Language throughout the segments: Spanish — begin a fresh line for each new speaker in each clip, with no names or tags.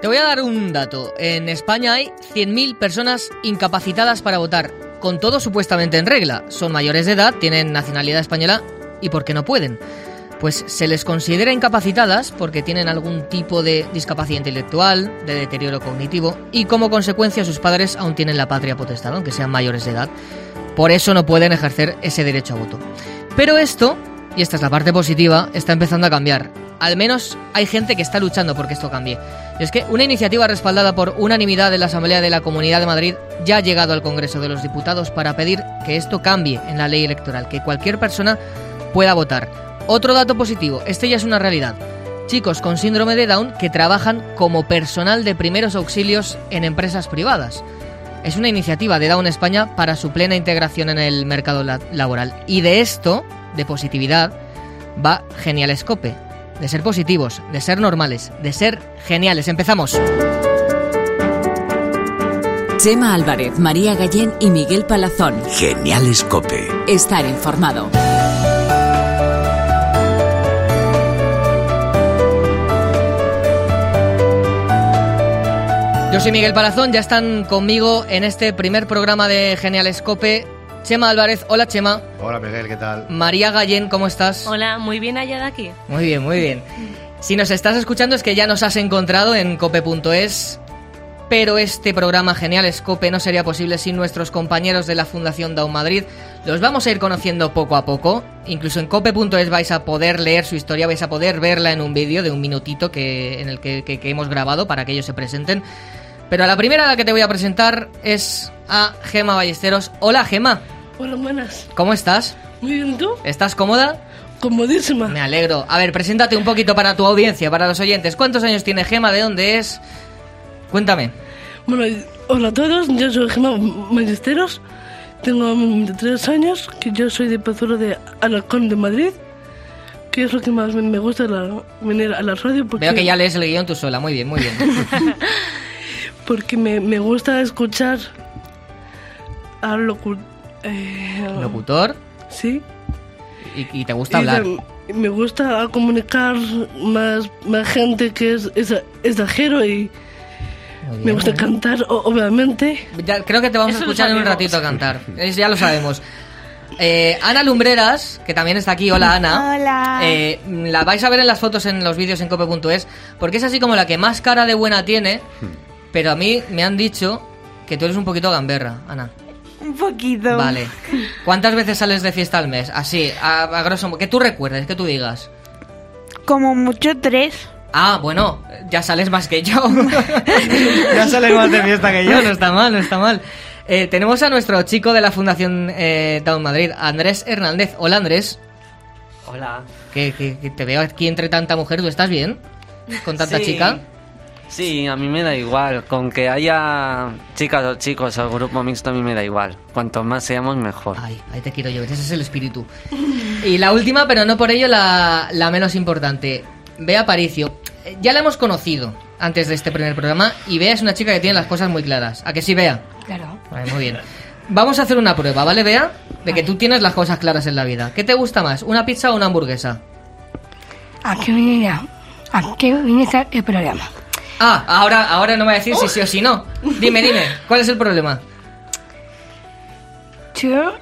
Te voy a dar un dato. En España hay 100.000 personas incapacitadas para votar, con todo supuestamente en regla. Son mayores de edad, tienen nacionalidad española y porque no pueden. Pues se les considera incapacitadas porque tienen algún tipo de discapacidad intelectual, de deterioro cognitivo y como consecuencia sus padres aún tienen la patria potestad, aunque sean mayores de edad. Por eso no pueden ejercer ese derecho a voto. Pero esto, y esta es la parte positiva, está empezando a cambiar. Al menos hay gente que está luchando porque esto cambie. Y es que una iniciativa respaldada por unanimidad de la Asamblea de la Comunidad de Madrid ya ha llegado al Congreso de los Diputados para pedir que esto cambie en la ley electoral, que cualquier persona pueda votar. Otro dato positivo, este ya es una realidad. Chicos con síndrome de Down que trabajan como personal de primeros auxilios en empresas privadas. Es una iniciativa de Down España para su plena integración en el mercado la- laboral. Y de esto, de positividad, va Genial Escope. De ser positivos, de ser normales, de ser geniales. Empezamos.
Chema Álvarez, María Gallén y Miguel Palazón.
Geniales Cope.
Estar informado.
Yo soy Miguel Palazón, ya están conmigo en este primer programa de Genial Escope. Chema Álvarez, hola Chema.
Hola Miguel, ¿qué tal?
María Gallén, ¿cómo estás?
Hola, muy bien hallada aquí.
Muy bien, muy bien. Si nos estás escuchando es que ya nos has encontrado en cope.es, pero este programa Genial Escope no sería posible sin nuestros compañeros de la Fundación Down Madrid. Los vamos a ir conociendo poco a poco. Incluso en cope.es vais a poder leer su historia, vais a poder verla en un vídeo de un minutito que, en el que, que- que hemos grabado para que ellos se presenten. Pero a la primera a la que te voy a presentar es a Gema Ballesteros. Hola Gema,
Hola, buenas.
¿cómo estás?
Muy bien, ¿tú?
¿Estás cómoda?
Comodísima.
Me alegro. A ver, preséntate un poquito para tu audiencia, para los oyentes. ¿Cuántos años tiene Gema? ¿De dónde es? Cuéntame.
Bueno, y- hola a todos. Yo soy Gemma Ballesteros. Tengo 23 años, que yo soy de Pozuelo de Alacón de Madrid. Que es lo que más me- me gusta la- venir a la radio porque,
Veo que ya lees el guión tú sola. Muy bien, muy bien.
porque me, me gusta escuchar al locu- eh,
Locutor
sí.
y, y te gusta
Y
hablar.
tam- me gusta comunicar más, más gente que es, es extranjero y
Muy
me
bien.
gusta cantar, o- obviamente.
Ya, creo que te vamos a
Eso lo
escuchar en un
sabemos.
ratito cantar. Es- ya lo sabemos. Eh, Ana Lumbreras, que también está aquí. Hola, Ana.
Hola.
Eh, la vais a ver en las fotos, en los vídeos en cope.es, porque es así como la que más cara de buena tiene. Pero a mí me han dicho que tú eres un poquito gamberra, Ana.
Un poquito.
Vale. ¿Cuántas veces sales de fiesta al mes? Así, a, a grosso modo. Que tú recuerdes, que tú digas.
Como mucho tres.
Ah, bueno, ya sales más que yo.
Ya sale más de fiesta que
no está mal, no está mal. Eh, tenemos a nuestro chico de la Fundación eh, Down Madrid, Andrés Hernández. Hola, Andrés.
Hola.
Que, que- que te veo aquí entre tanta mujer. ¿Tú estás bien? ¿Con tanta
Sí.
chica?
Sí, a mí me da igual. Con que haya chicas o chicos o grupo mixto, a mí me da igual. Cuanto más seamos, mejor.
Ay, ahí te quiero yo. Ese es el espíritu. Y la última, pero no por ello la, la menos importante. Bea Paricio. Eh, Ya la hemos conocido antes de este primer programa y Bea es una chica que tiene las cosas muy claras. ¿A que sí, Bea?
Claro.
Vale, muy bien. Vamos a hacer una prueba, ¿vale, Bea? De que tú tienes las cosas claras en la vida. ¿Qué te gusta más, una pizza o una hamburguesa?
¿A qué viene, la- a qué viene esta- el programa?
Ah, ahora, ahora no me va a decir si sí o si no. Dime, dime, ¿cuál es el problema?
Yo,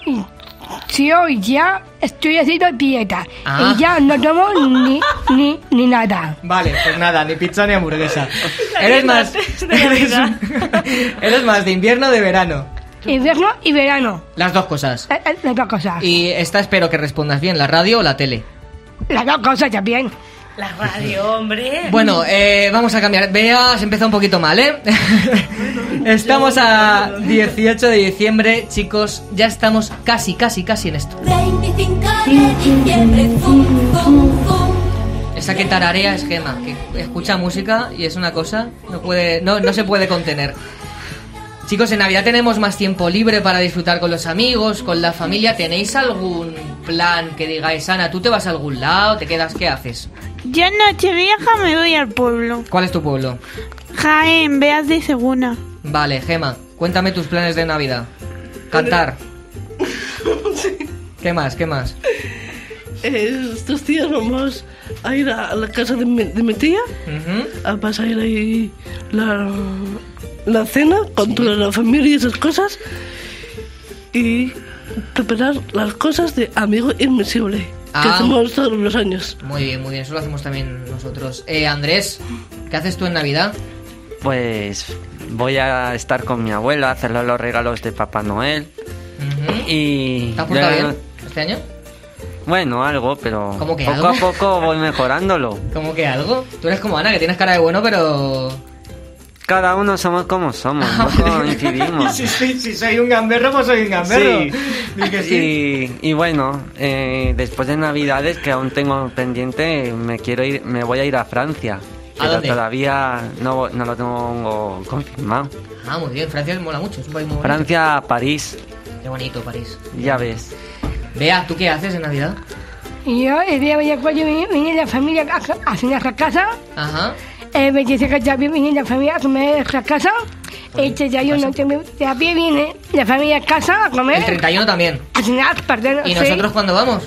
yo ya estoy haciendo dieta
Ah.
y ya no tomo ni, ni, ni nada.
Vale, pues nada, ni pizza ni hamburguesa. Eres más, eres, eres más de invierno o de verano.
Invierno y verano.
Las dos cosas.
la- la- Las dos cosas.
Y esta espero que respondas bien, la radio o la tele.
Las dos cosas también.
La radio, hombre.
Bueno, eh, vamos a cambiar. Bea se empezó un poquito mal, ¿eh? estamos a 18 de diciembre, chicos. Ya estamos casi, casi, casi en esto.
25 de diciembre, fum, fum, fum.
Esa que tararea es Gema, que escucha música y es una cosa, no, puede, no, no se puede contener. Chicos, en Navidad tenemos más tiempo libre para disfrutar con los amigos, con la familia. ¿Tenéis algún plan que digáis, Ana, tú te vas a algún lado, te quedas, qué haces?
Yo en Nochevieja me voy al pueblo.
¿Cuál es tu pueblo?
Jaén, Beas de Seguna.
Vale, Gema, cuéntame tus planes de Navidad. Cantar. ¿Qué más? ¿Qué más?
Eh, estos días vamos a ir a la casa de mi, de mi tía
Ujú.
a pasar ahí la, la cena con toda la familia y esas cosas y preparar las cosas de Amigo Invisible que
Ah.
hacemos todos los años.
Muy bien, muy bien. Eso lo hacemos también nosotros. Eh, Andrés, ¿qué haces tú en Navidad?
Pues voy a estar con mi abuela, hacerle los regalos de Papá Noel
Ujú.
y...
¿Eh? ¿Te has portado
ya-
bien este año?
Bueno, algo, pero
¿Cómo que
poco
algo?
a poco voy mejorándolo.
¿Cómo que algo? Tú eres como Ana, que tienes cara de bueno, pero...
Cada uno somos como somos,
Ah,
no
vale.
coincidimos.
Si, si, si soy un gamberro, pues soy un gamberro.
Sí.
Di que sí.
Y, y bueno, eh, después de Navidades, que aún tengo pendiente, me quiero ir, me voy a ir a Francia.
¿A
Pero
dónde?
todavía no, no lo tengo confirmado.
Ah, muy bien. Francia mola mucho. Es un país muy bonito.
Francia, París,
Qué bonito París.
ya ves.
Vea, ¿tú qué haces en Navidad?
Y yo, el día 24 vine, vine la familia a, ca- a cenar a casa. Eh,
Ajá.
El 25 también vine la familia a comer a casa. Este El 31 también también vine la familia a casa a
El
comer.
31 también.
A cenar, perdón.
Eh, ¿Y
sí.
nosotros cuándo vamos?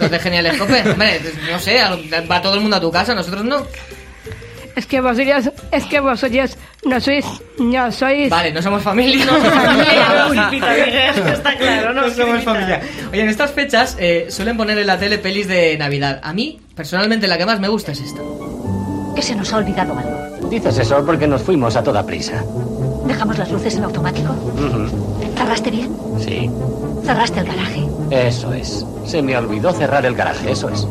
Los de Geniales Cope. Hombre, no sé, va todo el mundo a tu casa, nosotros no.
Es que vosotros, es que vosotros no sois, no sois.
Vale, no somos familia.
No nos invita, Miguel, está claro, no
No
nos
somos
invita.
familia.
Oye, en estas fechas eh, suelen poner en la tele pelis de Navidad. A mí, personalmente, la que más me gusta es esta.
Que se nos ha olvidado algo.
Dices eso porque nos fuimos a toda prisa.
Dejamos las luces en automático. ¿Cerraste bien?
Sí,
¿Cerraste el garaje?
eso es. Se me olvidó cerrar el garaje, eso es.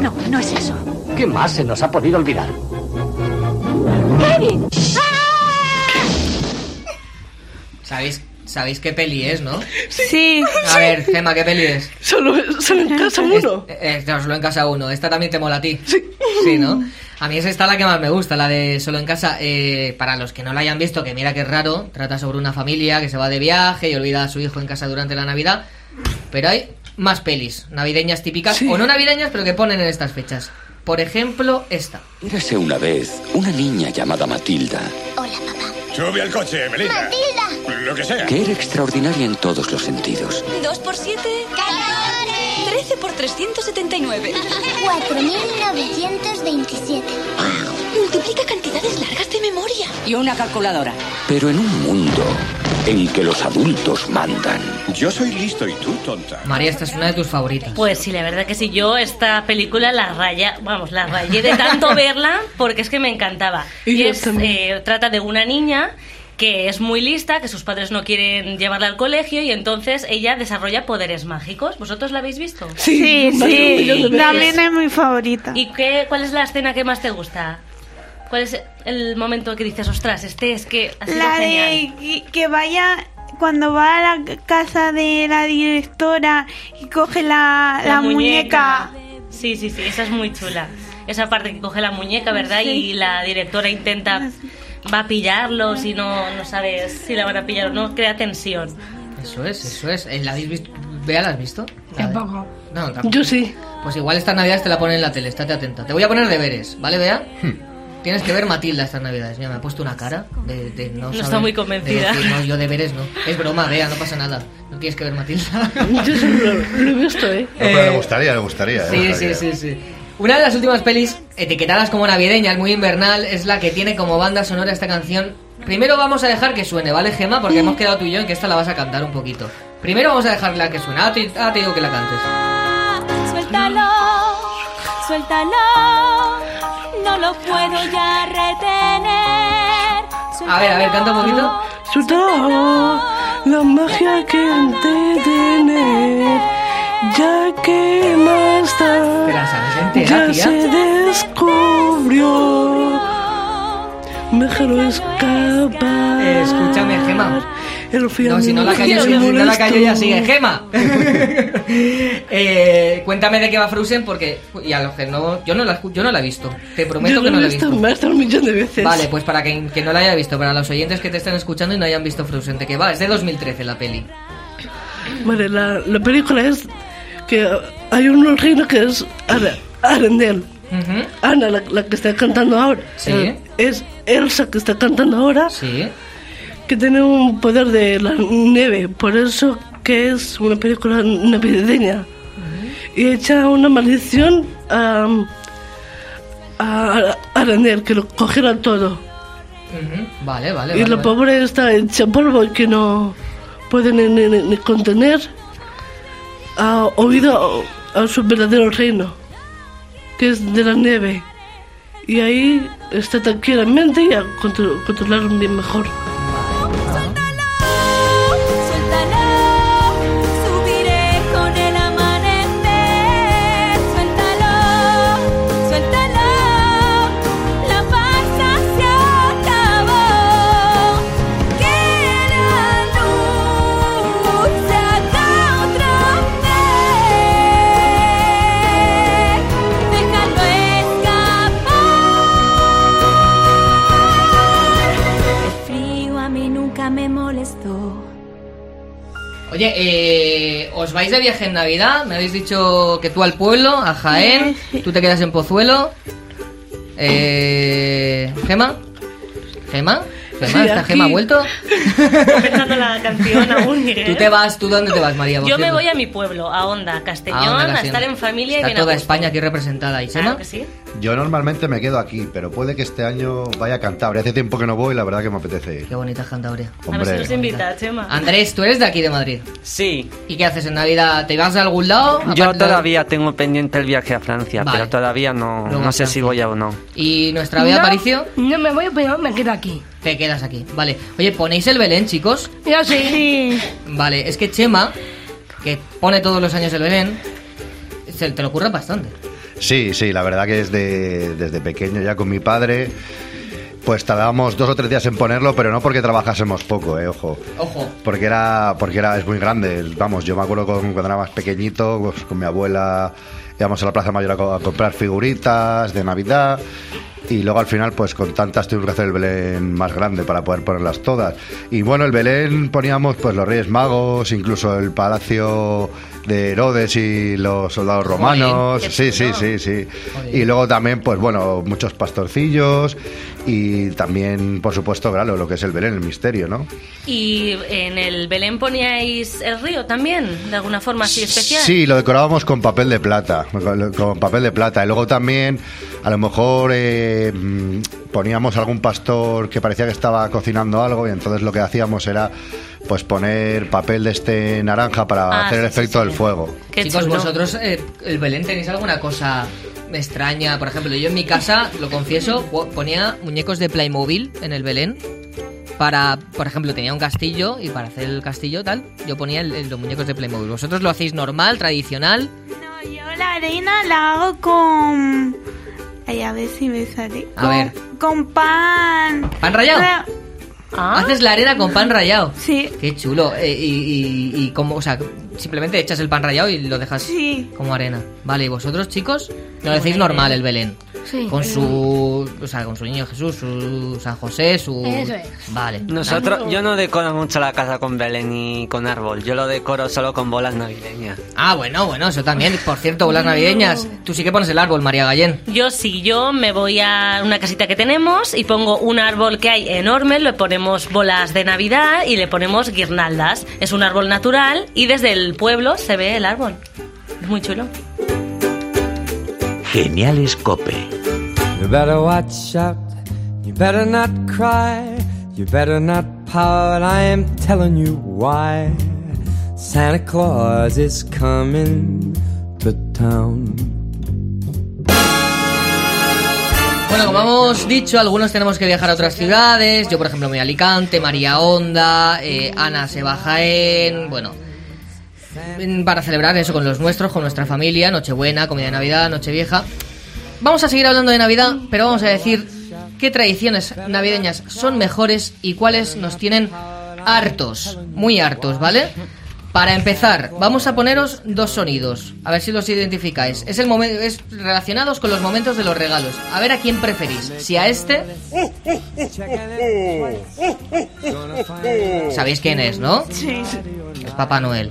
No, no es eso.
¿Qué más se nos ha podido olvidar?
¡Kevin!
¿Sabéis, ¿Sabéis qué peli es, no?
Sí.
A ver, Gemma, ¿qué peli es?
Solo, solo en casa uno.
Eh, eh, no, solo en casa uno. Esta también te mola a ti. Sí. ¿no? A mí es esta la que más me gusta, la de solo en casa. Eh, para los que no la hayan visto, que mira que es raro, trata sobre una familia que se va de viaje y olvida a su hijo en casa durante la Navidad. Pero hay más pelis navideñas típicas,
Sí.
o no navideñas, pero que ponen en estas fechas. Por ejemplo, esta.
Érase una vez una niña llamada Matilda,
Hola, papá.
Sube al coche, Melinda.
Matilda.
Lo que sea.
que era extraordinaria en todos los sentidos.
¿Dos por siete?
¡Catorce!
¿Trece por 379?
4.927.
Multiplica cantidades largas de memoria. Y una calculadora.
Pero en un mundo en que los adultos mandan.
Yo soy listo y tú tonta.
María, esta es una de tus favoritas.
Pues sí, la verdad que sí, yo esta película la raya, vamos, la rayé de tanto verla porque es que me encantaba.
Y
Y
yo
es,
también.
eh, trata de una niña que es muy lista, que sus padres no quieren llevarla al colegio y entonces ella desarrolla poderes mágicos. ¿Vosotros la habéis visto?
Sí,
más de un millón de
sí.
veces.
También es mi favorita.
¿Y qué, cuál es la escena que más te gusta? ¿Cuál es el momento que dices, ostras, este es que ha sido
La
genial?
de que- que vaya cuando va a la casa de la directora y coge la, la muñeca.
Sí, sí, sí, esa es muy chula. Esa parte que coge la muñeca, ¿verdad? Y la directora
Ah,
intenta, va a pillarlos y no, no sabes si la van a pillar o no, crea tensión.
Eso es, eso es. Eh, ¿La habéis visto? Vea, ¿la has visto? La de-
Tampoco.
No, tampoco.
Yo sí.
Pues igual estas navidades te la ponen en la tele, estate atenta. Te voy a poner deberes, ¿vale, Bea? Tienes que ver Matilda estas navidades. Mira, me ha puesto una cara de, de no
No
saber-
está muy
de
convencida.
decir, no, yo deberes no. Es broma, Bea, no pasa nada. No tienes que ver Matilda.
Yo sí lo, lo he visto, ¿eh?
No, pero
Eh,
le gustaría, le gustaría. le
sí, sí,
gustaría.
sí, sí. Una de las últimas pelis etiquetadas como navideñas, muy invernal, es la que tiene como banda sonora esta canción. Primero vamos a dejar que suene, ¿vale, Gema? Porque hemos quedado tú y yo en que esta la vas a cantar un poquito. Primero vamos a dejarla que suene. Ah, te, ah, te digo que la cantes.
Suéltalo, suéltalo. No lo puedo ya retener.
A ver, a ver, canta un poquito.
Suéltalo, la magia que antes de tener ya que más
Te la
tarde
sabes entera,
ya
tía.
se descubrió. Mejor escapar.
Eh, escúchame, Gema.
El fiel
No, si no la callo, si no la callo ya sigue. Gema. Eh, cuéntame de qué va Frozen porque y a los que no yo no la escu- yo no la he visto. Te prometo
Yo
que no
lo
la
he visto
visto.
más de un millón de veces.
Vale, pues para quien que no la haya visto, para los oyentes que te estén escuchando y no hayan visto Frozen, ¿de qué va? Es de 2013 la peli.
Vale, la, la película es que hay un reino que es Ara- Arendelle.
Ujú,
Ana, la, la que está cantando ahora.
Sí.
Eh, Es Elsa que está cantando ahora,
Sí.
que tiene un poder de la nieve. Por eso que es una película navideña. y echa una maldición a, a, a Ranier, que lo cogiera todo.
Ujú, Vale, vale.
y
vale,
la
vale.
pobre está hecha polvo y que no puede ni, ni- ni- ni contener. Ha oído a, a su verdadero reino, que es de la nieve. Y ahí está tranquilamente y a contro- controlar bien mejor.
Subiré con el amanecer. Suéltalo, suéltalo. La farsa se acabó. Que la luz se haga otra vez. Déjalo escapar. El frío a mí nunca me molestó.
Oye, eh, ¿os vais de viaje en Navidad? Me habéis dicho que tú al pueblo, a Jaén, tú te quedas en Pozuelo. Eh, ¿Gema? ¿Gema? ¿Gema?
Sí,
¿Está
aquí.
Gema ha vuelto?
Pensando la canción aún, Miguel.
¿Tú te vas? ¿Tú dónde te vas, María? por
Yo me
cierto?
voy a mi pueblo, a Onda, Castellón,
A
a,
Onda, Castellón.
estar en familia y
Está
bien a
toda
gusto.
España aquí representada. ¿Y Chema?
Claro que sí.
Yo normalmente me quedo aquí, pero puede que este año vaya a Cantabria. Hace tiempo que no voy, la verdad que me apetece ir. Qué
bonita Cantabria.
A ver si
Hombre,
nos invita, Chema.
Andrés, ¿tú eres de aquí, de Madrid?
Sí.
¿Y qué haces en Navidad? ¿Te vas a algún lado?
Yo
Aparte de-
todavía tengo pendiente el viaje a Francia,
Vale.
pero todavía no,
Luego
no sé
a
si voy a o no.
¿Y nuestra Bea
No,
Aparicio?
No me voy, pero me quedo aquí.
Te quedas aquí. Vale. Oye, ¿ponéis el Belén, chicos?
Yo sí.
Vale, es que Chema, que pone todos los años el Belén, se te lo ocurre bastante.
Sí, sí, la verdad que desde, desde pequeño ya con mi padre, pues tardábamos dos o tres días en ponerlo, pero no porque trabajásemos poco, eh, ojo.
Ojo.
Porque era, porque era, es muy grande. Vamos, yo me acuerdo con- cuando era más pequeñito, pues, con mi abuela íbamos a la Plaza Mayor a, co- a comprar figuritas de Navidad. Y luego al final, pues con tantas tuvimos que hacer el Belén más grande para poder ponerlas todas. Y bueno, el Belén poníamos pues los Reyes Magos, incluso el Palacio de Herodes y los soldados romanos.
qué
sí, sí, sí, sí. Y luego también, pues bueno, muchos pastorcillos y también, por supuesto, claro, lo que es el Belén, el misterio, ¿no?
¿Y en el Belén poníais el río también? ¿De alguna forma así especial?
Sí, lo decorábamos con papel de plata, con con papel de plata. Y luego también, a lo mejor eh, mm, poníamos algún pastor que parecía que estaba cocinando algo y entonces lo que hacíamos era pues poner papel de este naranja para
Ah,
hacer el
sí, sí,
efecto del fuego.
Chicos, vosotros, eh, el Belén, ¿tenéis alguna cosa extraña? Por ejemplo, yo en mi casa, lo confieso, po- ponía muñecos de Playmobil en el Belén. Para, por ejemplo, tenía un castillo y para hacer el castillo tal, yo ponía el- el- los muñecos de Playmobil. ¿Vosotros lo hacéis normal, tradicional?
Yo la arena la hago con... Ay, a ver si me sale.
A ver,
Con pan.
¿pan rallado?
Ra-
Ah,
Ah,
Haces la arena con pan rallado.
Sí.
Qué chulo. Eh, y, y, y como, o sea, simplemente echas el pan rallado y lo dejas como arena. Vale, ¿y vosotros, chicos? No lo hacéis normal el Belén.
eh, Sí.
Con su. O sea, con su niño Jesús, su San José, su.
Eso es.
Vale.
Nosotros, yo no decoro mucho la casa con Belén y con árbol, yo lo decoro solo con bolas navideñas.
Ah, bueno, bueno, eso también. Por cierto, bolas navideñas. Tú sí que pones el árbol, María Gallén.
Yo sí, yo me voy a una casita que tenemos y pongo un árbol que hay enorme, le ponemos bolas de Navidad y le ponemos guirnaldas. Es un árbol natural y desde el pueblo se ve el árbol. Es muy chulo.
Geniales Cope.
You better watch out. You better not cry. You better not pout. I am telling you why. Santa Claus is coming to town.
Bueno, como hemos dicho, algunos tenemos que viajar a otras ciudades. Yo, por ejemplo, me voy a Alicante, María Onda, eh, Ana se baja en. Bueno. mm, Para celebrar eso con los nuestros, con nuestra familia, Nochebuena, comida de Navidad, Nochevieja. Vamos a seguir hablando de Navidad, pero vamos a decir qué tradiciones navideñas son mejores y cuáles nos tienen hartos, muy hartos, ¿vale? Para empezar, vamos a poneros dos sonidos, a ver si los identificáis. Es el momento, es relacionados con los momentos de los regalos. A ver a quién preferís, si a este, sabéis quién es, ¿no?
Sí.
Es Papá Noel.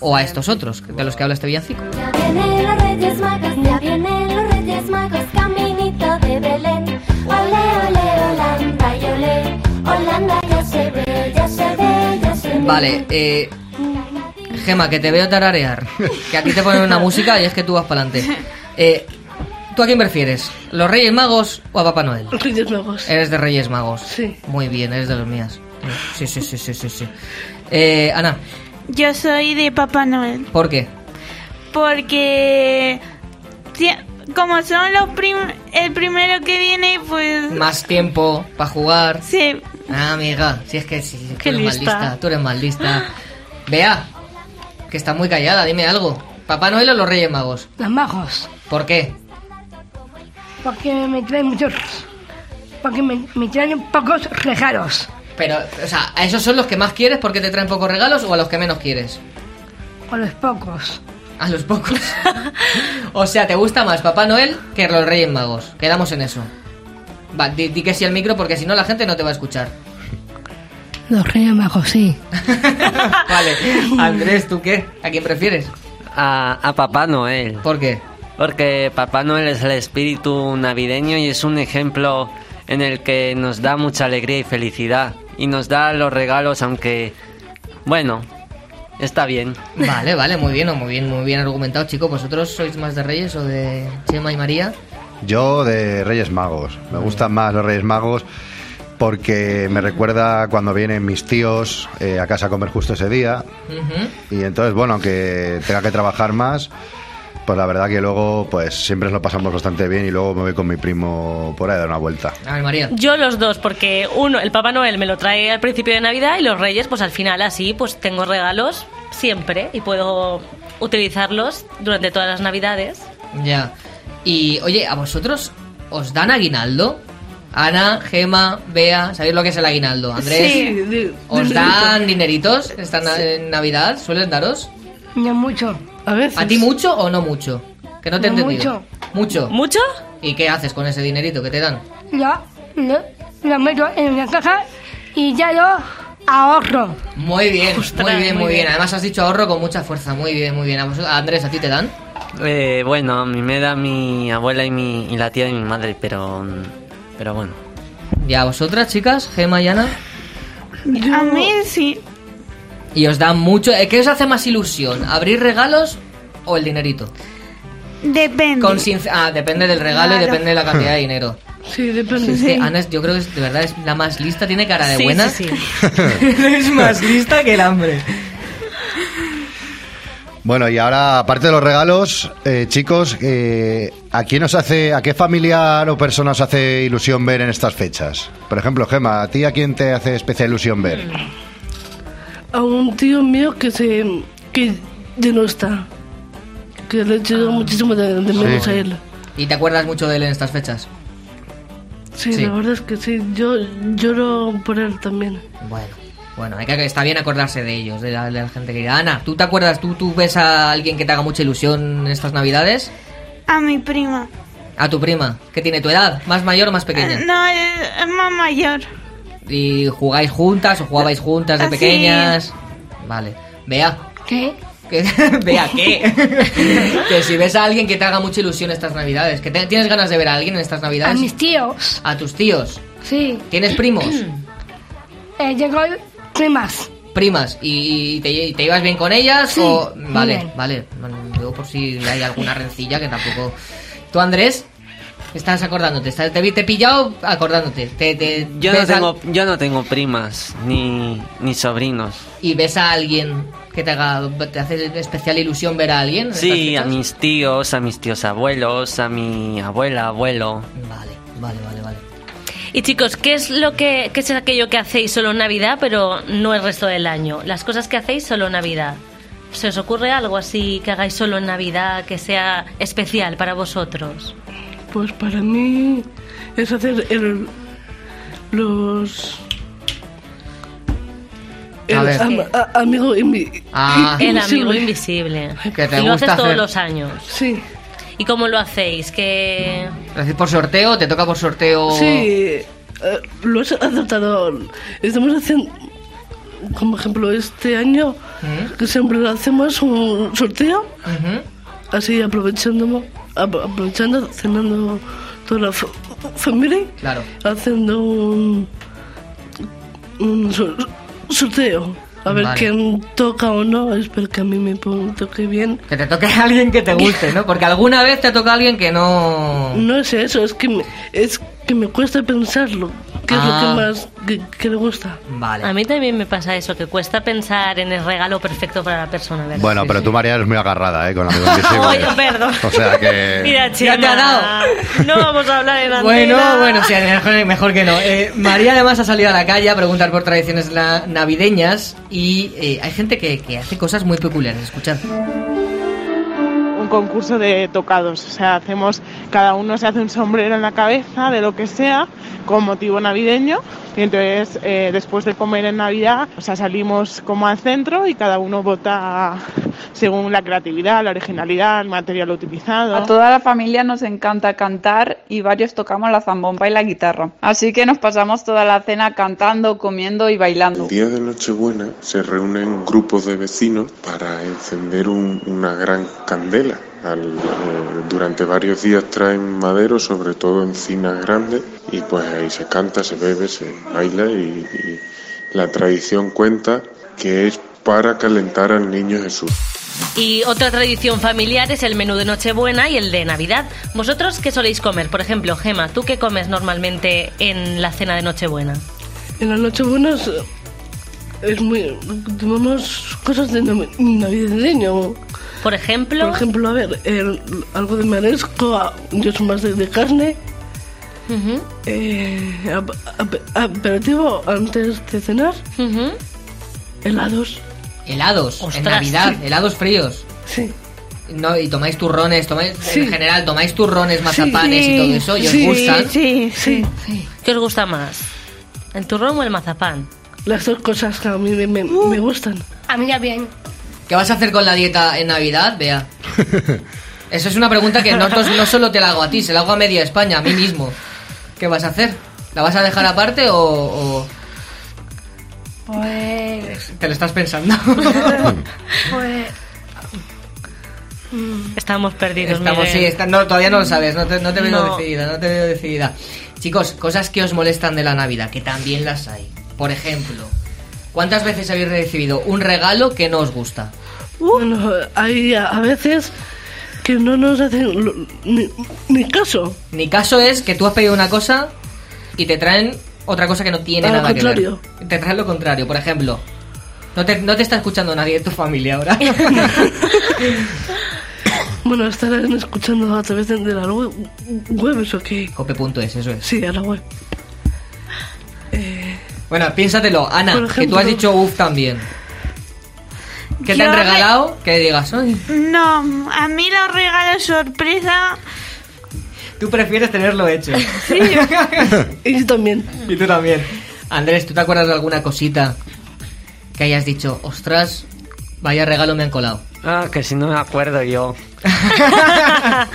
O a estos otros, de los que habla este villancico.
Ya vienen los Reyes Magos, ya vienen los Reyes Magos, caminito de Belén. Ole, ole, Holanda, y ole, Holanda ya se ve, ya se ve, ya se ve.
Vale, eh, Gema, que te veo tararear. Que aquí te ponen una música y es que tú vas para adelante. ¿Tú a quién prefieres? ¿Los Reyes Magos o a Papá Noel?
Reyes Magos.
Eres de Reyes Magos.
Sí.
Muy bien, eres de los mías. Sí, sí, sí, sí, sí. sí. Eh, Ana,
Yo soy de Papá Noel.
¿por qué?
Porque. si- Como son los prim el primero que viene, pues.
Más tiempo para jugar.
Sí.
Ah, amiga, si es que sí, tú
Qué
eres más
lista.
lista. Tú eres más lista. Vea, que está muy callada, dime algo. ¿Papá Noel o los Reyes Magos?
Los magos.
¿Por qué?
Porque me traen muchos. Porque me, me traen pocos regalos.
Pero, o sea, ¿a esos son los que más quieres porque te traen pocos regalos o a los que menos quieres?
O los pocos.
A los pocos. o sea, ¿te gusta más Papá Noel que los Reyes Magos? Quedamos en eso. Va, di, di que sí al micro porque si no la gente no te va a escuchar.
Los reyes magos, sí.
Vale, Andrés, ¿tú qué? ¿A quién prefieres?
A, a Papá Noel.
¿Por qué?
Porque Papá Noel es el espíritu navideño y es un ejemplo en el que nos da mucha alegría y felicidad. Y nos da los regalos, aunque. Bueno, está bien.
Vale, vale, muy bien, muy bien, muy bien argumentado, chicos. ¿Vosotros sois más de Reyes o de Chema y María?
Yo de Reyes Magos. Me gustan más los Reyes Magos porque me recuerda cuando vienen mis tíos eh, a casa a comer justo ese día. Y entonces, bueno, aunque tenga que trabajar más, pues la verdad que luego pues siempre nos lo pasamos bastante bien y luego me voy con mi primo por ahí a dar una vuelta.
A ver, María.
Yo los dos, porque uno, el Papá Noel me lo trae al principio de Navidad y los Reyes, pues al final así, pues tengo regalos siempre y puedo utilizarlos durante todas las Navidades.
Ya. Y, oye, ¿a vosotros os dan aguinaldo? Ana, Gema, Bea, ¿sabéis lo que es el aguinaldo? Andrés, ¿os dan dineritos esta na- en Navidad? ¿Suelen daros?
No mucho.
A veces.
¿A ti mucho o no mucho? Que no te he
No
entendido. Mucho.
¿Mucho?
¿Y qué haces con ese dinerito que te dan?
Lo, lo, lo meto en una caja y ya lo ahorro.
Muy bien, muy bien, muy
muy
bien.
bien.
Además has dicho ahorro con mucha fuerza. Muy bien, muy bien. A vosotros- a Andrés, ¿a ti te dan?
Eh, bueno, a mí me da mi abuela y, mi, y la tía de mi madre, pero. Pero bueno.
¿Y a vosotras, chicas? Gema y Ana.
A mí sí.
¿Y os dan mucho? eh, ¿Qué os hace más ilusión? ¿Abrir regalos o el dinerito?
Depende.
Con sinc- ah, depende del regalo y
Claro.
depende de la cantidad de dinero.
Sí, depende.
Si es que Ana, es- yo creo que es- de verdad es la más lista, tiene cara de
Sí,
buena.
sí,
es más lista que el hambre.
Bueno, y ahora, aparte de los regalos, eh, chicos, eh, ¿a quién os hace, a qué familiar o persona os hace ilusión ver en estas fechas? Por ejemplo, Gema, ¿a ti a quién te hace especial ilusión ver?
A un tío mío que se. que ya no está. Que le he
Ah.
hecho muchísimo de, de menos a él.
¿Y te acuerdas mucho de él en estas fechas?
Sí,
Sí.
la verdad es que sí. Yo lloro por él también.
Bueno, bueno, hay que, está bien acordarse de ellos, de la, de la gente que... Ana, ¿tú te acuerdas, tú, tú ves a alguien que te haga mucha ilusión en estas navidades?
A mi prima. Eh,
A tu prima, que tiene tu edad, más mayor o más pequeña.
No, es es más mayor.
¿Y jugáis juntas o jugabais juntas de
Ah, sí.
pequeñas? Vale. Vea,
¿Qué?
Que, vea qué. que si ves a alguien que te haga mucha ilusión estas navidades, que te- tienes ganas de ver a alguien en estas
A
navidades,
mis tíos.
a tus tíos,
Sí.
tienes primos,
Eh, llegó primas.
primas, y, y te, y te llevas bien con ellas o vale,
bien.
vale, bueno, digo por si hay alguna rencilla que tampoco. Tú Andrés, estás acordándote, estás- te, vi- te he pillado acordándote, te, te-
Yo no
ves a-
tengo, yo no tengo primas ni, ni sobrinos.
y ves a alguien que te haga, te hace especial ilusión ver a alguien. en
Sí, a
estas fechas?
mis tíos, a mis tíos abuelos, a mi abuela, abuelo.
Vale, vale, vale.
Y chicos, ¿qué es lo que qué es aquello que hacéis solo en Navidad, pero no el resto del año? Las cosas que hacéis solo en Navidad. ¿Se os ocurre algo así que hagáis solo en Navidad que sea especial para vosotros?
Pues para mí es hacer el, los...
A
el
ver.
am- a- amigo invi-
Ah.
el
invisible.
amigo invisible.
Que te
y lo
gusta
haces todos
hacer.
los años.
Sí.
¿Y cómo lo hacéis? Que
¿Lo haces por sorteo? ¿Te toca por sorteo?
Sí, eh, lo has aceptado. Estamos haciendo, como ejemplo, este año, que siempre lo hacemos un sorteo, así aprovechando, ap- aprovechando, cenando toda la fa- familia,
Claro.
haciendo un, un sor- sorteo. A ver
Vale.
quién toca o no. Espero que a mí me po- toque bien.
Que te toque a alguien que te guste, ¿no? Porque alguna vez te toca a alguien que no...
No es eso, es que me, es que me cuesta pensarlo. ¿Qué
Ah.
es lo que más que, que le gusta?
A mí también me pasa eso, que cuesta pensar en el regalo perfecto para la persona, ¿verdad?
Bueno, pero tú, María, eres muy agarrada, ¿eh? Con la amigo
Oye,
invisible.
perdón.
O sea que...
Mira, Chema, No vamos a hablar en antena.
Bueno, bueno, sí, mejor, mejor que no. Eh, María además ha salido a la calle a preguntar por tradiciones na- navideñas y eh, hay gente que, que hace cosas muy peculiares. Escuchad.
un concurso de tocados. O sea, hacemos, cada uno se hace un sombrero en la cabeza de lo que sea con motivo navideño. Y entonces, eh, después de comer en Navidad, o sea, salimos como al centro y cada uno vota según la creatividad, la originalidad, el material utilizado.
A toda la familia nos encanta cantar y varios tocamos la zambomba y la guitarra. Así que nos pasamos toda la cena cantando, comiendo y bailando.
El día de Nochebuena se reúnen grupos de vecinos para encender un- una gran candela. Al- eh, durante varios días traen madero, sobre todo encinas grandes, y pues ahí se canta, se bebe, se baila y- y la tradición cuenta que es para calentar al niño Jesús.
Y otra tradición familiar es el menú de Nochebuena y el de Navidad. ¿Vosotros qué soléis comer? Por ejemplo, Gema, ¿tú qué comes normalmente en la cena de Nochebuena?
En las Nochebuenas eh, es muy. Tomamos cosas de nav- navideño.
Por ejemplo.
Por ejemplo, a ver, el- algo de marisco, a- yo soy más de, de carne. eh, ap- ap- aperitivo antes de cenar. Helados.
Helados, en
Ostras,
Navidad,
sí.
helados fríos.
Sí.
No, y tomáis turrones, tomáis,
Sí.
en general tomáis turrones, mazapanes y todo eso, y os gustan.
Sí, sí,
¿Qué os gusta más? ¿El turrón o el mazapán?
Las dos cosas que a mí me, me- me gustan.
A mí también.
¿Qué vas a hacer con la dieta en Navidad, Bea? Eso es una pregunta que no, no solo te la hago a ti, se la hago a media España, a mí mismo. ¿Qué vas a hacer? ¿La vas a dejar aparte o, o
Pues.
te lo estás pensando?
Pues.
Estamos perdidos.
Estamos,
Miguel.
sí, está- no, todavía no lo sabes, no te, no te veo
No.
decidida, no te veo decidida. Chicos, cosas que os molestan de la Navidad, que también las hay. Por ejemplo, ¿cuántas veces habéis recibido un regalo que no os gusta?
Bueno, hay a, a veces que no nos hacen lo- ni, ni caso.
Mi caso es que tú has pedido una cosa y te traen otra cosa que no tiene
Al
nada
contrario.
que ver. Te traen lo contrario, por ejemplo. No te, no te está escuchando nadie de tu familia ahora.
Bueno, estarán escuchando a través de de la web, web ¿eso qué?
Cope.es, eso es.
Sí, a la web.
Bueno, piénsatelo, Ana,
Por
que tú
ejemplo-
has dicho uff también. ¿Qué te
Yo
han
re-
regalado? Que digas, "Ay,
No, a mí los regalos sorpresa.
tú prefieres tenerlo hecho.
y yo también.
Y tú también. Andrés, ¿tú te acuerdas de alguna cosita que hayas dicho, ostras, vaya regalo me han colado?
Ah, que si no me acuerdo yo.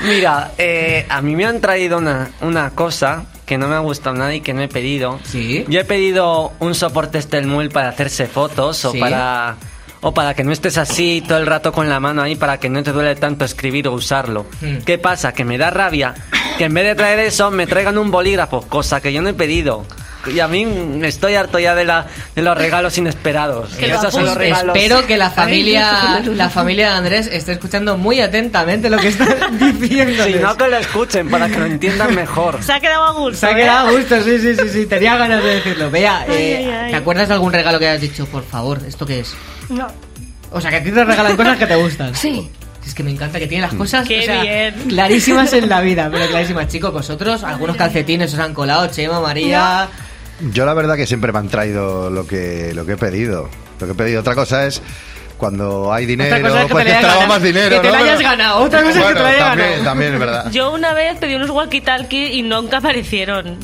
Mira, eh, a mí me han traído una, una cosa que no me ha gustado nada y que no he pedido.
Sí.
Yo he pedido un soporte Estelmuel para hacerse fotos o
Sí.
para. O para que no estés así todo el rato con la mano ahí, para que no te duele tanto escribir o usarlo.
Mm.
¿Qué pasa? Que me da rabia que en vez de traer eso me traigan un bolígrafo, cosa que yo no he pedido. Y a mí mm, estoy harto ya de, la, de los regalos inesperados.
Que lo
Esos son los
apuntes.
regalos.
Espero que la
Ay,
familia,
Dios, con el
la familia de Andrés esté escuchando muy atentamente lo que están diciendo.
Si no, que lo escuchen para que lo entiendan mejor.
Se ha quedado a gusto.
Se ha
¿eh?
quedado a gusto, sí, sí, sí, sí. Tenía ganas de decirlo. Vea, eh,
Ay, ay, ay.
¿te acuerdas de algún regalo que hayas dicho? Por favor, ¿esto qué es?
No.
O sea, que a ti te regalan cosas que te gustan.
Sí.
Es que me encanta que
Mm.
tiene las cosas
Qué
o sea,
bien.
clarísimas en la vida, pero clarísimas, chicos. Vosotros, algunos calcetines os han colado, Chema, María.
Yo la verdad que siempre me han traído lo que, lo que he pedido. Lo que he pedido. Otra cosa es cuando hay dinero,
cosa es que
pues
te la
te
hayas
traba
ganado.
más dinero.
Que te
¿no?
la hayas
Pero-
ganado. Otra cosa es que
Bueno,
te la hayas
también,
ganado.
También es verdad.
Yo una vez pedí unos walkie-talkie y nunca aparecieron.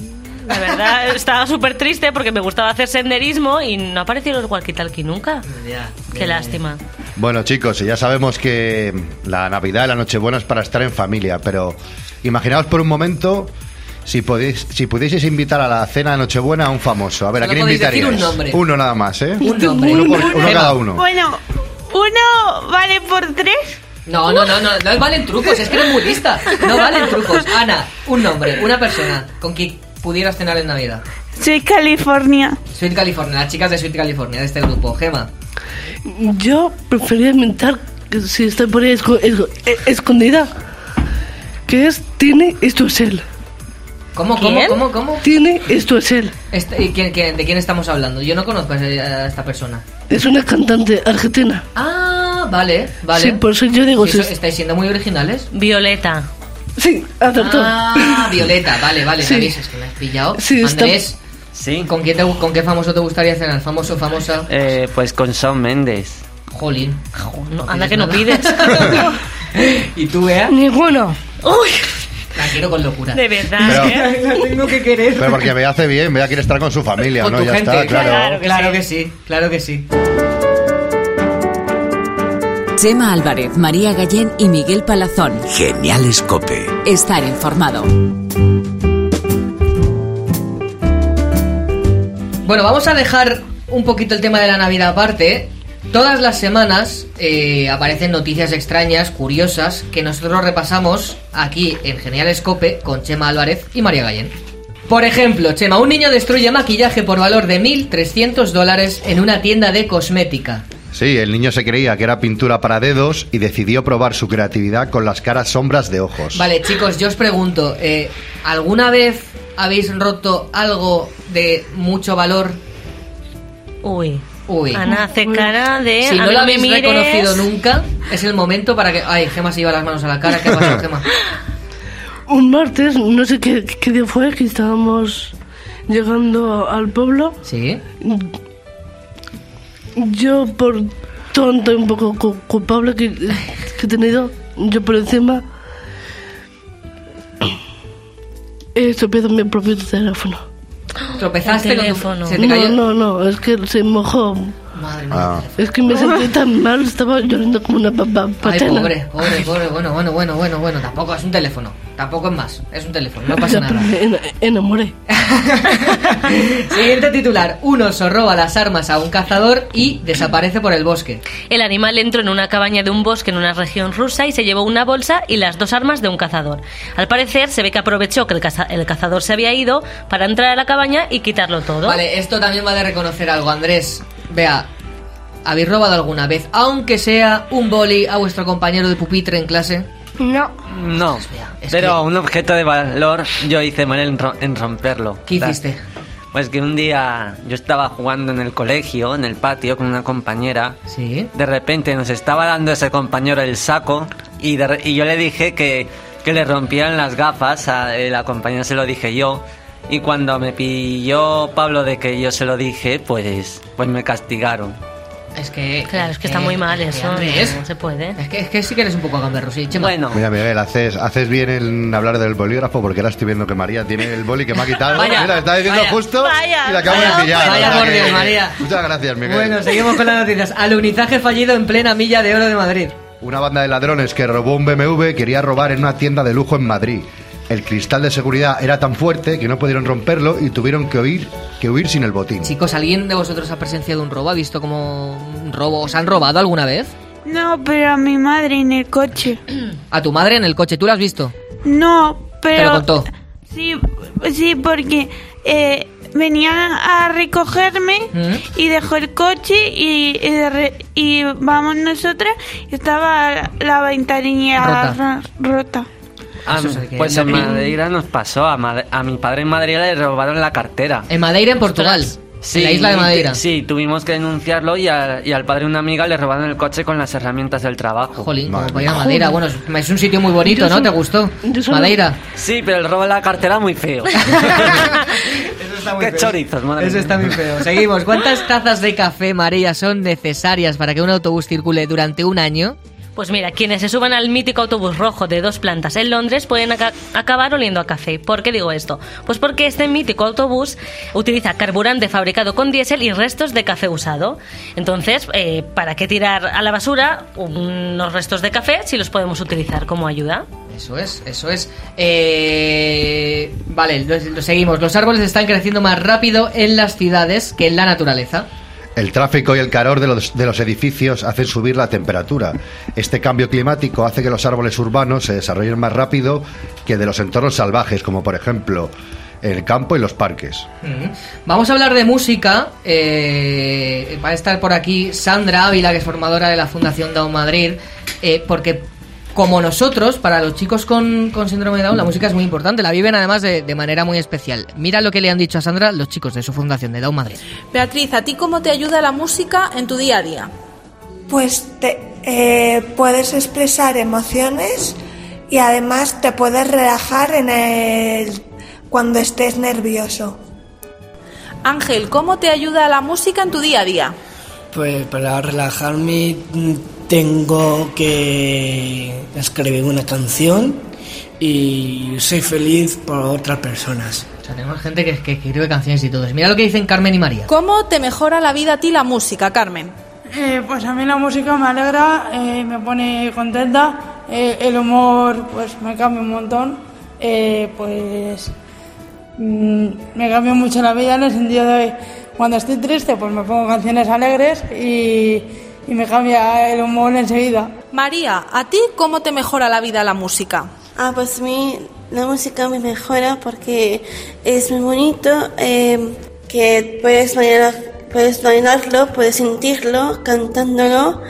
La verdad, estaba súper triste porque me gustaba hacer senderismo y no aparecieron los walkie-talkie nunca. Qué lástima.
Bueno, chicos, ya sabemos que la Navidad y la Nochebuena es para estar en familia, pero imaginaos por un momento si, podéis, si pudieseis invitar a la cena de Nochebuena a un famoso. A ver, ¿a
Solo
quién
podéis decir
invitaríais?
un nombre.
Uno nada más, ¿eh?
Un nombre.
Uno, por- uno
Uno.
cada uno.
Bueno, uno vale por tres.
No, no, no, no, no valen trucos, es que eres muy lista. No valen trucos. Ana, un nombre, una persona con quien pudieras cenar en Navidad.
Soy California.
Sweet California, las chicas de Sweet California, de este grupo. Gema,
Yo prefería inventar, que si está por ahí esco- esco- eh, escondida, que es Tiene esto es él.
¿Cómo, cómo,
¿Quién?
cómo, cómo?
Tiene esto es él.
Este- ¿y quién- quién- ¿De quién estamos hablando? Yo no conozco a ese- a esta persona.
Es una cantante argentina.
Ah, vale, vale.
Sí, por eso yo digo,
Sí,
si
so- estáis siendo muy originales.
Violeta.
Sí, acertó.
Ah, Violeta, vale, vale,
Sí.
me avisas que me has pillado.
Sí, está-
Andrés, ¿con, quién te gu- ¿con qué famoso te gustaría cenar? ¿Famoso, famosa?
Eh, pues con Shawn Mendes.
Jolín.
anda que no
pides
nada.
¿Y tú, Bea?
Ninguno.
Uy,
La quiero con locura.
de verdad.
Pero-
¿eh?
La tengo que querer.
Pero porque me hace bien, Bea quiere estar con su familia,
Con
¿no?
tu
ya
gente.
está, claro.
Claro que sí, claro que sí.
Chema Álvarez, María Gallén y Miguel Palazón.
Genial Escope.
Estar informado.
Bueno, vamos a dejar un poquito el tema de la Navidad aparte. Todas las semanas eh, aparecen noticias extrañas, curiosas, que nosotros repasamos aquí en Genial Escope con Chema Álvarez y María Gallén. Por ejemplo, Chema, un niño destruye maquillaje por valor de 1.300 dólares en una tienda de cosmética.
Sí, el niño se creía que era pintura para dedos y decidió probar su creatividad con las caras sombras de ojos.
Vale, chicos, yo os pregunto, eh, ¿alguna vez habéis roto algo de mucho valor?
Uy.
Uy.
Ana hace cara de.
Si
Eh, a
no
mí
lo
me
habéis
mires.
reconocido nunca, es el momento para que... Ay, Gema se lleva las manos a la cara. ¿Qué ha pasado, Gema?
Un martes, no sé qué, qué día fue, que estábamos llegando al pueblo.
Sí.
Yo, por tonto y un poco cu- culpable que, que he tenido, yo por encima he estropeado mi propio teléfono.
Tropezaste
El
con tu-
teléfono.
Se te cayó...
No, no, no, es que se mojó.
Madre
mía.
Es que me sentí tan mal, estaba llorando como una papá.
Pues
Ay, pobre, pobre, pobre, bueno, bueno, bueno, bueno, bueno, tampoco es un teléfono, tampoco es más, es un teléfono, no pasa nada.
enamoré.
Siguiente titular, un oso roba las armas a un cazador y desaparece por el bosque.
El animal entró en una cabaña de un bosque en una región rusa y se llevó una bolsa y las dos armas de un cazador. Al parecer, se ve que aprovechó que el, caza- el cazador se había ido para entrar a la cabaña y quitarlo todo.
Vale, esto también va de reconocer algo, Andrés. Vea, ¿habéis robado alguna vez, aunque sea un boli a vuestro compañero de pupitre en clase?
No.
No, pero un objeto de valor yo hice mal en, ro- en romperlo.
¿Qué
Da-
hiciste?
Pues que un día yo estaba jugando en el colegio, en el patio, con una compañera.
Sí.
De repente nos estaba dando ese compañero el saco y, de re- y yo le dije que, que le rompían las gafas. A, eh, la compañera se lo dije yo. Y cuando me pilló Pablo de que yo se lo dije, pues, pues me castigaron.
Es que...
Claro, es que está muy mal
es que,
eso.
Andrés.
No se puede.
Es que, es que sí que eres un poco gamberro, sí, Chema.
Bueno.
Mira, Miguel, haces, haces bien en hablar del bolígrafo porque ahora estoy viendo que María tiene el boli que me ha quitado.
Vaya,
Mira, está diciendo
vaya,
justo
vaya,
y la acabo
vaya,
de pillar.
vaya,
o sea
por
que-
Dios, María.
Muchas gracias, Miguel.
Bueno, seguimos con las noticias. Alunizaje fallido en plena milla de oro de Madrid.
Una banda de ladrones que robó un BMW quería robar en una tienda de lujo en Madrid. El cristal de seguridad era tan fuerte que no pudieron romperlo y tuvieron que huir, que huir sin el botín.
Chicos, ¿alguien de vosotros ha presenciado un robo? ¿Ha visto como un robo? ¿Os han robado alguna vez?
No, pero a mi madre en el coche.
¿A tu madre en el coche? ¿Tú la has visto?
No, pero...
Te lo contó.
Sí, sí, porque eh, venían a recogerme y dejó el coche y, y de re- y vamos nosotras y estaba la ventanilla
Rota.
ro- rota.
Ah,
Eso es que-
pues en Madeira nos pasó. A, Made- a mi padre en Madeira le robaron la cartera.
En Madeira, en Portugal.
Sí,
en la isla de Madeira.
Sí, tuvimos que denunciarlo y, a- y al padre de una amiga le robaron el coche con las herramientas del trabajo.
Jolín, como para ir a Madeira. Bueno, es- es un sitio muy bonito,
Yo
¿no?
solo-
¿Te gustó? Madeira.
Sí, pero el robo de la cartera muy feo. Qué chorizos, madre
Eso
mía.
está muy feo. Seguimos. ¿Cuántas tazas de café, María, son necesarias para que un autobús circule durante un año?
Pues mira, quienes se suban al mítico autobús rojo de dos plantas en Londres pueden aca- acabar oliendo a café. ¿Por qué digo esto? Pues porque este mítico autobús utiliza carburante fabricado con diésel y restos de café usado. Entonces, eh, ¿para qué tirar a la basura unos restos de café si los podemos utilizar como ayuda?
Eso es, eso es. Eh, vale, lo, lo seguimos. Los árboles están creciendo más rápido en las ciudades que en la naturaleza.
El tráfico y el calor de los, de los edificios hacen subir la temperatura. Este cambio climático hace que los árboles urbanos se desarrollen más rápido que de los entornos salvajes, como por ejemplo el campo y los parques.
Mm. Vamos a hablar de música. eh, va a estar por aquí Sandra Ávila, que es formadora de la Fundación Down Madrid, eh, porque como nosotros, para los chicos con, con síndrome de Down, la música es muy importante, la viven además de, de manera muy especial. Mira lo que le han dicho a Sandra los chicos de su Fundación de Down Madrid.
Beatriz, ¿a ti cómo te ayuda la música en tu día a día?
Pues te, eh, puedes expresar emociones y además te puedes relajar en el, cuando estés nervioso.
Ángel, ¿cómo te ayuda la música en tu día a día?
Pues para relajarme mm, tengo que escribir una canción y soy feliz por otras personas.
O sea, tenemos gente que, que escribe canciones y todo. eso. Mira lo que dicen Carmen y María.
¿Cómo te mejora la vida a ti la música, Carmen?
Eh, pues a mí la música me alegra, eh, me pone contenta, eh, el humor pues me cambia un montón, eh, pues mm, me cambia mucho la vida en el sentido de cuando estoy triste pues me pongo canciones alegres y, y me cambia el humor enseguida.
María, ¿a ti cómo te mejora la vida la música?
Ah, pues a mí la música me mejora porque es muy bonito, eh, que puedes bailar, puedes bailarlo, puedes sentirlo cantándolo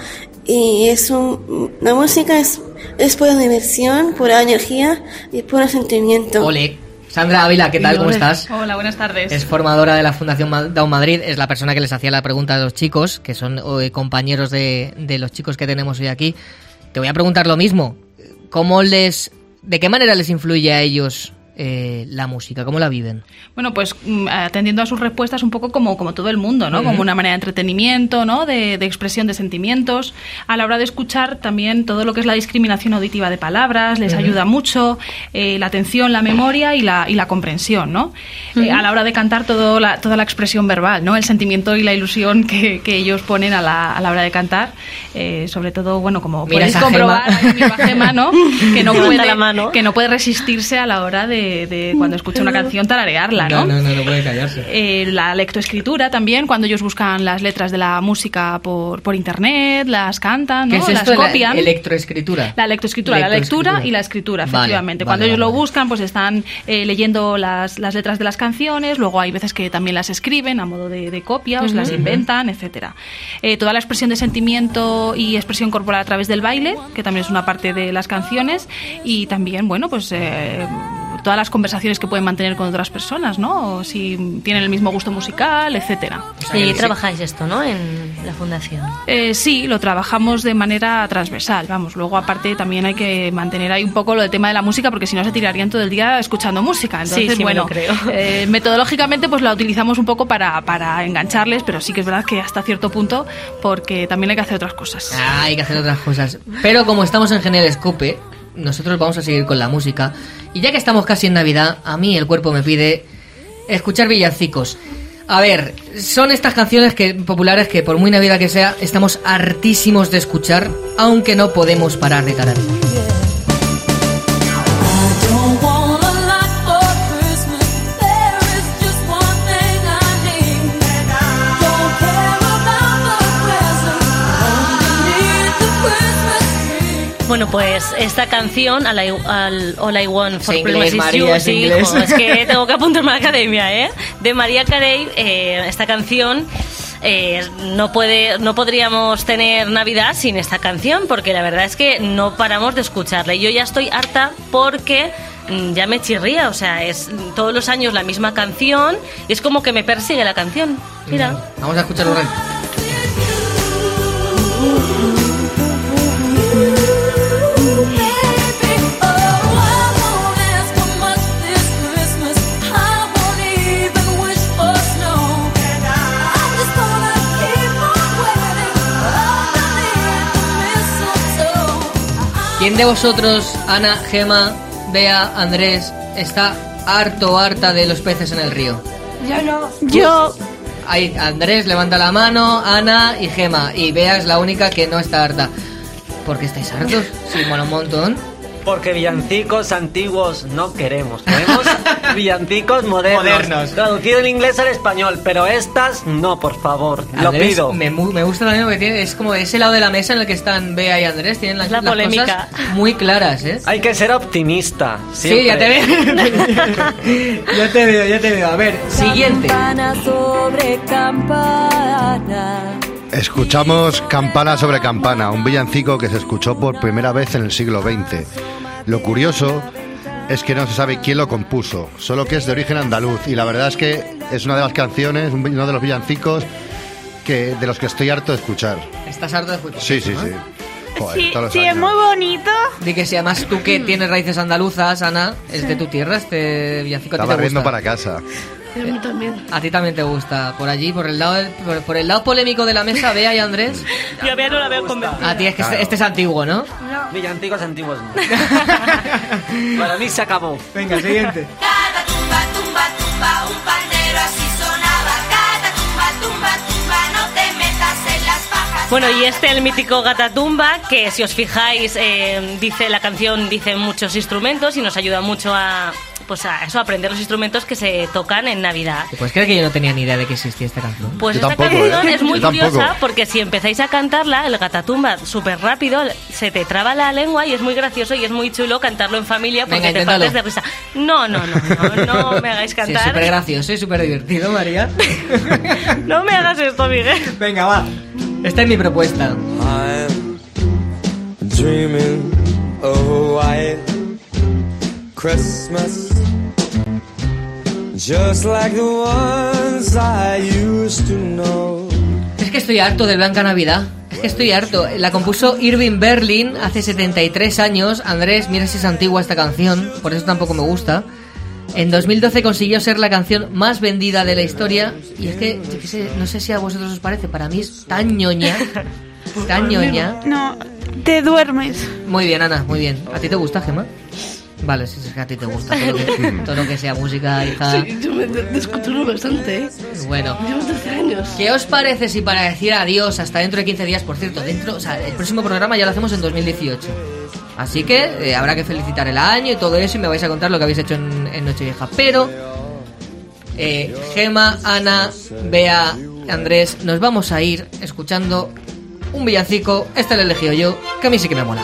y es un, la música es, es pura diversión, pura energía y puro sentimiento.
Ole. Sandra Ávila, ¿qué tal? ¿Cómo estás?
Hola, buenas tardes.
Es formadora de la Fundación Ma- Down Madrid, es la persona que les hacía la pregunta a los chicos, que son eh, compañeros de, de los chicos que tenemos hoy aquí. Te voy a preguntar lo mismo. ¿Cómo les, ¿De qué manera les influye a ellos eh, la música? ¿Cómo la viven?
Bueno, pues mm, atendiendo a sus respuestas un poco como, como todo el mundo, ¿no?
Ujú.
Como una manera de entretenimiento, ¿no? De, de expresión de sentimientos. A la hora de escuchar también todo lo que es la discriminación auditiva de palabras, les
Ujú.
ayuda mucho, eh, la atención, la memoria y la, y la comprensión, ¿no? Eh,
Ujú.
a la hora de cantar todo la, toda la expresión verbal, ¿no? El sentimiento y la ilusión que, que ellos ponen a la, a la hora de cantar. Eh, sobre todo, bueno, como
Mira
podéis
esa
comprobar,
gema.
ahí misma Gema, ¿no? Que no,
Levanta
puede,
la mano.
que no puede resistirse a la hora de, de cuando escucha una canción tararearla, ¿no?
no, puede callarse.
Eh, la lectoescritura también, cuando ellos buscan las letras de la música por, por internet, las cantan, ¿no?
¿Qué es
las
esto? de la
copian.
electroescritura.
La electroescritura, la
Electroescritura.
lectura y la escritura,
Vale,
efectivamente.
vale,
Cuando ellos
vale,
lo buscan, pues están eh, leyendo las, las letras de las canciones, luego hay veces que también las escriben a modo de, de copia, o se
Ujú.
las
Ujú.
inventan, etcétera. Eh, toda la expresión de sentimiento y expresión corporal a través del baile, que también es una parte de las canciones, y también, bueno, pues... eh, todas las conversaciones que pueden mantener con otras personas, ¿no? O si tienen el mismo gusto musical, etcétera.
Y trabajáis esto, ¿no? En la fundación.
Eh, sí, lo trabajamos de manera transversal. Vamos, luego aparte también hay que mantener ahí un poco lo del tema de la música porque si no se tirarían todo el día escuchando música. Entonces,
Sí, sí, me
bueno,
lo creo.
eh, metodológicamente pues la utilizamos un poco para, para engancharles, pero sí que es verdad que hasta cierto punto porque también hay que hacer otras cosas.
Ah, hay que hacer otras cosas. Pero como estamos en Genial Scope, nosotros vamos a seguir con la música. Y ya que estamos casi en Navidad, a mí el cuerpo me pide escuchar villancicos. A ver, son estas canciones que, populares que por muy Navidad que sea, estamos hartísimos de escuchar, aunque no podemos parar de tararear.
Don't want a lot for Christmas. There is just one thing I need. Don't care about the presents. Only need the Christmas tree.
Bueno, pues esta canción, All I, al- All I Want for
Es inglés,
Christmas is
María,
You,
es
sí,
inglés.
jo, es que tengo que apuntarme a la academia, ¿eh? De María Carey, eh, esta canción. eh, no puede no podríamos tener Navidad sin esta canción porque la verdad es que no paramos de escucharla y yo ya estoy harta porque mm, ya me chirría o sea es mm, todos los años la misma canción y es como que me persigue la canción mira
Vamos a escuchar un rato. ¿Quién de vosotros, Ana, Gema, Bea, Andrés, está harto o harta de los peces en el río?
Yo no.
Yo. Ahí, Andrés levanta la mano, Ana y Gema. Y Bea es la única que no está harta. ¿Por qué estáis hartos? Sí, mola un montón.
Porque villancicos antiguos no queremos. Queremos Villancicos modernos.
Modernos.
Traducido del inglés al español, pero estas no, por favor. lo
Andrés,
pido.
Me, mu- me gusta también lo que tiene, es como ese lado de la mesa en el que están Bea y Andrés, tienen las,
La
las
polémica.
cosas muy claras, ¿eh?
Hay que ser optimista.
Sí, ya te veo. ya te veo, ya te veo. A ver, siguiente.
Campana sobre campana.
Escuchamos Campana sobre Campana, un villancico que se escuchó por primera vez en el siglo XX. Lo curioso es que no se sabe quién lo compuso, solo que es de origen andaluz y la verdad es que es una de las canciones, un vi- uno de los villancicos que, de los que estoy harto de escuchar.
Estás harto de escuchar.
Sí, sí, sí. Joder,
Sí,
todos los
sí, es
años.
muy bonito.
Di que si además tú
Mm.
que tienes raíces andaluzas, Ana, es de tu tierra este villancico. ¿a ti
Estaba
te gusta?
riendo para casa.
Y a mí también.
A ti también te gusta. Por allí, por el lado, del- por, por el lado polémico de la mesa, Bea y Andrés.
Yo a Bea no la veo convencida.
A ti es que este,
Claro.
este es antiguo, ¿no?
Villancicos antiguos no. Para mí se acabó.
Venga, siguiente.
Tumba, tumba, tumba, un pandero así sonaba. Cata, tumba, tumba, tumba, no te metas en las pajas.
Bueno, y este, el mítico Gatatumba, que si os fijáis, eh, dice la canción dice muchos instrumentos y nos ayuda mucho a, pues a eso, a aprender los instrumentos que se tocan en Navidad.
Pues creo que yo no tenía ni idea de que existía esta canción.
Pues esta canción es muy curiosa porque si empezáis a cantarla, el gatatumba súper rápido se te traba la lengua y es muy gracioso y es muy chulo cantarlo en familia porque
Venga,
te
inténtalo.
partes de risa. No, no, no, no, no me hagáis
Sí, es
cantar.
súper gracioso y súper divertido, María.
no me hagas esto, Miguel.
Venga, va. Esta es mi propuesta.
I'm dreaming of a white Christmas, just like the ones I used to know.
Es que estoy harto de Blanca Navidad. Es que estoy harto. La compuso Irving Berlin hace 73 años. Andrés, mira si es antigua esta canción, por eso tampoco me gusta. En 2012 consiguió ser la canción más vendida de la historia. Y es que, yo qué sé, no sé si a vosotros os parece, para mí es tan ñoña. Tan ñoña.
No, te duermes.
Muy bien, Ana, muy bien. ¿A ti te gusta, Gemma? Vale, sí, sí, es que a ti te gusta todo lo que, todo lo que sea música, hija.
Pues Sí, yo me de- descontrolo bastante, ¿eh?
Bueno.
Llevo 13 años.
¿Qué os parece si para decir adiós hasta dentro de 15 días, por cierto, dentro, o sea, el próximo programa ya lo hacemos en 2018? Así que eh, habrá que felicitar el año y todo eso y me vais a contar lo que habéis hecho en, en Nochevieja. Pero eh, Gema, Ana, Bea, Andrés, nos vamos a ir escuchando un villancico. Este lo he elegido yo, que a mí sí que me mola.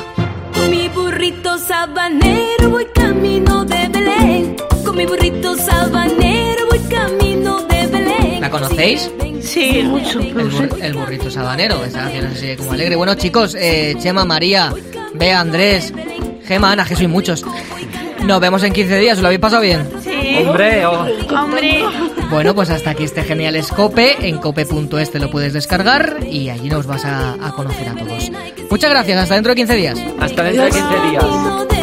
Con mi burrito sabanero voy camino de Belén. Con mi burrito sabanero voy camino de Belén.
¿La conocéis? Sí, mucho. El, bur- el burrito sabanero, esa canción así como alegre. Bueno, chicos, eh, Chema, María, Bea, Andrés, Gema, Ana, que soy muchos. Nos vemos en 15 días, ¿os ¿lo habéis pasado bien?
Sí.
Hombre, oh.
Hombre.
Bueno, pues hasta aquí este genial escope. En cope.es te lo puedes descargar y allí nos vas a, a conocer a todos. Muchas gracias, hasta dentro de 15 días.
Hasta dentro de 15 días.
Camino de